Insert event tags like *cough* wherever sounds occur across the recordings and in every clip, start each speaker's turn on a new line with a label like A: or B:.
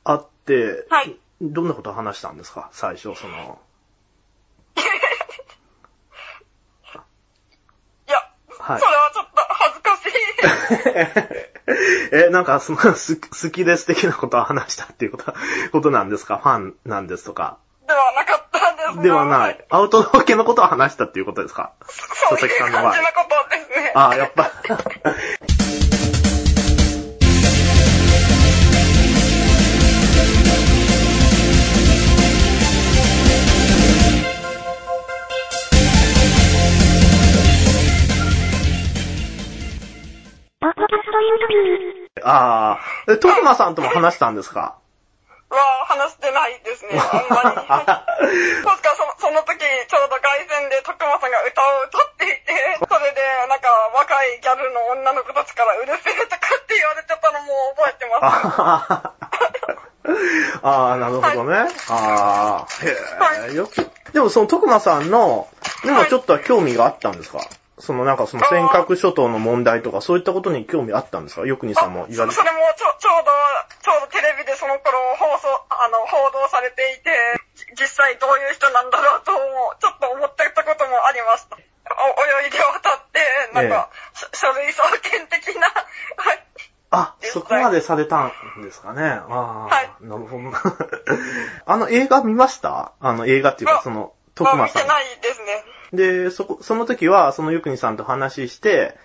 A: 、
B: はい。
A: どんなこと話したんですか最初、その。 *laughs*
B: いや、
A: はい
B: それはちょっと恥ずかしい。
A: え、なんか、その、す好きです的なことを話したっていうこと、 *laughs* ことなんですかファンなんですとか。
B: ではなかったんですが
A: ではない。。アウトドア系のことを話したっていうことですか
B: そう
A: 佐々木
B: いう
A: さん
B: 感
A: の場合
B: じのことですね。
A: ああ、やっぱ。ああ、え、トクマさんとも話したんですか
B: は話してないですね、あんまり。
A: *laughs* あ
B: 確かそのその時、ちょうど凱旋で徳間さんが歌を歌っていて、それで、なんか、若いギャルの女の子たちからうるせえとかって言われてたのも覚えてます。
A: ああー、なるほどね。ああ、へえ、よく。でもその徳間さんの、でもちょっとは興味があったんですかそのなんかその尖閣諸島の問題とかそういったことに興味あったんですかよくにさんも言われて
B: そ。れもちょ、ちょうど、ちょうどテレビでその頃放送、あの、報道されていて、じ実際どういう人なんだろうとも、ちょっと思ってたこともありました。お泳いで渡って、なんか、し書類送検
A: *laughs*
B: 的な、はい
A: あ、そこまでされたんですかね。ああ、
B: はい
A: なるほど。 *laughs* あの映画見ましたあの映画っていうか
B: あ
A: その、徳
B: ま
A: 間
B: あ見
A: さ
B: て
A: ん。
B: ないですね。
A: で、そこ、その時は、そのゆくにさんと話して、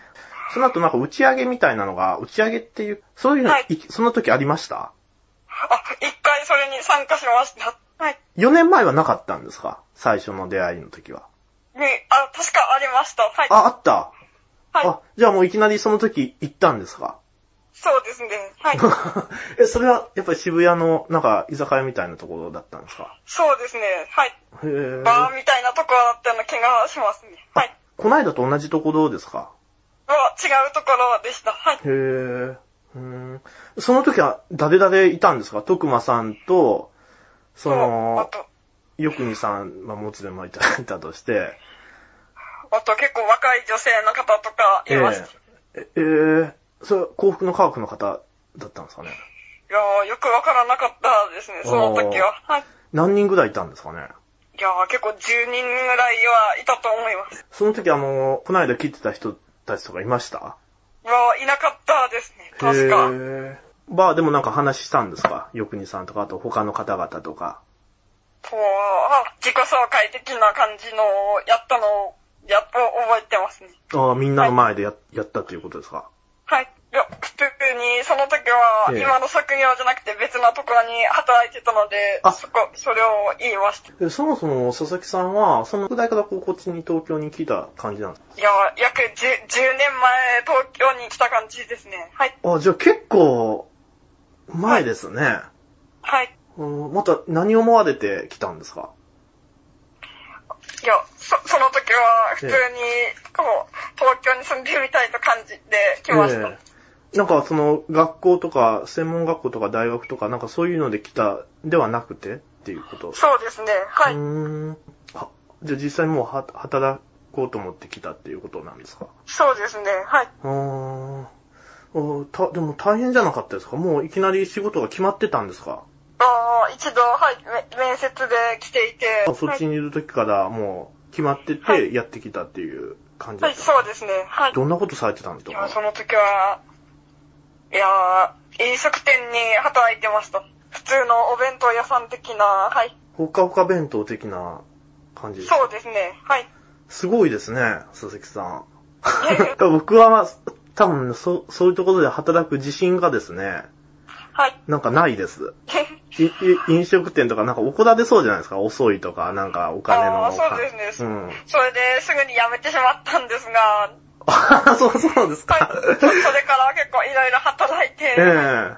A: その後なんか打ち上げみたいなのが、打ち上げっていう、そういうの、
B: はい
A: いその時ありました
B: あ、一回それに参加しました。はい。
A: ?4 年前はなかったんですか最初の出会いの時は。
B: に、あ、確かありました。はい。
A: あ、あった、
B: はい。
A: あ、じゃあもういきなりその時行ったんですか *laughs*
B: そうですね。はい。
A: え、それはやっぱり渋谷のなんか居酒屋みたいなところだったんですか
B: そうですね。はい。
A: へえ。
B: バーみたいなとこだったような気がしますね。はい。
A: こないだと同じところですか
B: は違うところでした。はい。
A: へえ。うーんその時は誰々いたんですか徳間さんと、その、
B: あと、
A: よくにさん、まあ、もつでもいただいたとして、
B: あと結構若い女性の方とかいました。
A: ええーそれは幸福の科学の方だったんですかね
B: いやーよくわからなかったですね、その時は。はい。
A: 何人ぐらいいたんですかね
B: いやー結構10人ぐらいはいたと思います。
A: その時あの、この間聞いてた人たちとかいました
B: いやーいなかったですね、確か。
A: へーバーでもなんか話したんですかよくにさんとか、あと他の方々とか。
B: こう、あ自己紹介的な感じのをやったのを、やっと覚えてますね。
A: ああ、みんなの前でや,、やったっていうことですか
B: はい。いや、特にその時は、
A: ええ
B: 今の職業じゃなくて別なところに働いてたので、
A: あ
B: そこ、それを言いました。
A: でそもそも佐々木さんは、そのぐらいからこうこっちに東京に来た感じなんです
B: いや、約 10, 10年前東京に来た感じですね。はい。
A: かあ、じゃあ結構、前ですね。
B: はい。
A: うんまた何を思われてきたんですか
B: いや、そ、その時は普通に
A: え、
B: こう、東京に住んでみたいと感じてきました。
A: ええなんかその学校とか専門学校とか大学とかなんかそういうので来たではなくてっていうこと。
B: そうですね。はいう
A: ーん。あじゃあ実際もうは働こうと思って来たっていうことなんですか
B: そうですね。はい。
A: うーん。おた、でも大変じゃなかったですかもういきなり仕事が決まってたんですか
B: ああ、一度、はい、め面接で来ていて。
A: あそっちにいる時からもう決まって
B: は
A: て
B: い
A: やってきたっていう感じ
B: は
A: だっ
B: い、
A: たんで
B: はい、
A: すか、
B: そうですね。はい。
A: どんなことされてたんです
B: い
A: か
B: や、その時は、いやー、飲食店に働いてました。普通のお弁当屋さん的な、はい。
A: ほかほか弁当的な感じですか
B: そうですね。はい。
A: すごいですね、佐々木さん。 *laughs* 僕は、まあ、多分そ、そういうところで働く自信がですね、
B: はい。
A: なんかないです。いい飲食店とかなんか怒られそうじゃないですか、遅いとか、なんかお金の。
B: あーそうですね
A: うん。 *laughs*
B: それですぐに辞めてしまったんですが、
A: あそう、そうです
B: はい
A: か。
B: そそれから結構いろいろ働いて、
A: *laughs* ええ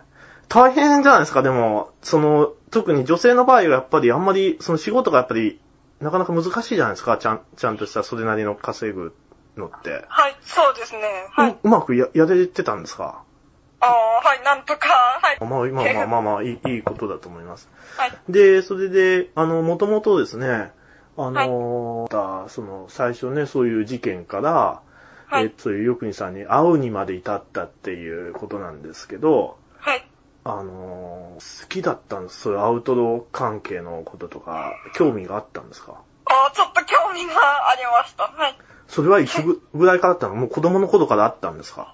A: 大変じゃないですか、でも、その、特に女性の場合はやっぱりあんまり、その仕事がやっぱり、なかなか難しいじゃないですか、ちゃん、ちゃんとしたそれなりの稼ぐのって。
B: はい、そうですね。は
A: う
B: い。
A: うまくや、やれてたんですか
B: ああ、はい、なんとか、 *laughs* はい。
A: まあまあまあまあまあ、いい、いいことだと思います。
B: はい。
A: で、それで、あの、もともとですね、あのたその、最初ね、そういう事件から、
B: は
A: え
B: い。
A: そういうよくにさんに会うにまで至ったっていうことなんですけど、
B: はい。
A: あのー好きだったんです。そういうアウトドア関係のこととか、興味があったんですか
B: あーちょっと興味がありました。はい。
A: それはいつぐぐらいからあったのもう子供の頃からあったんですか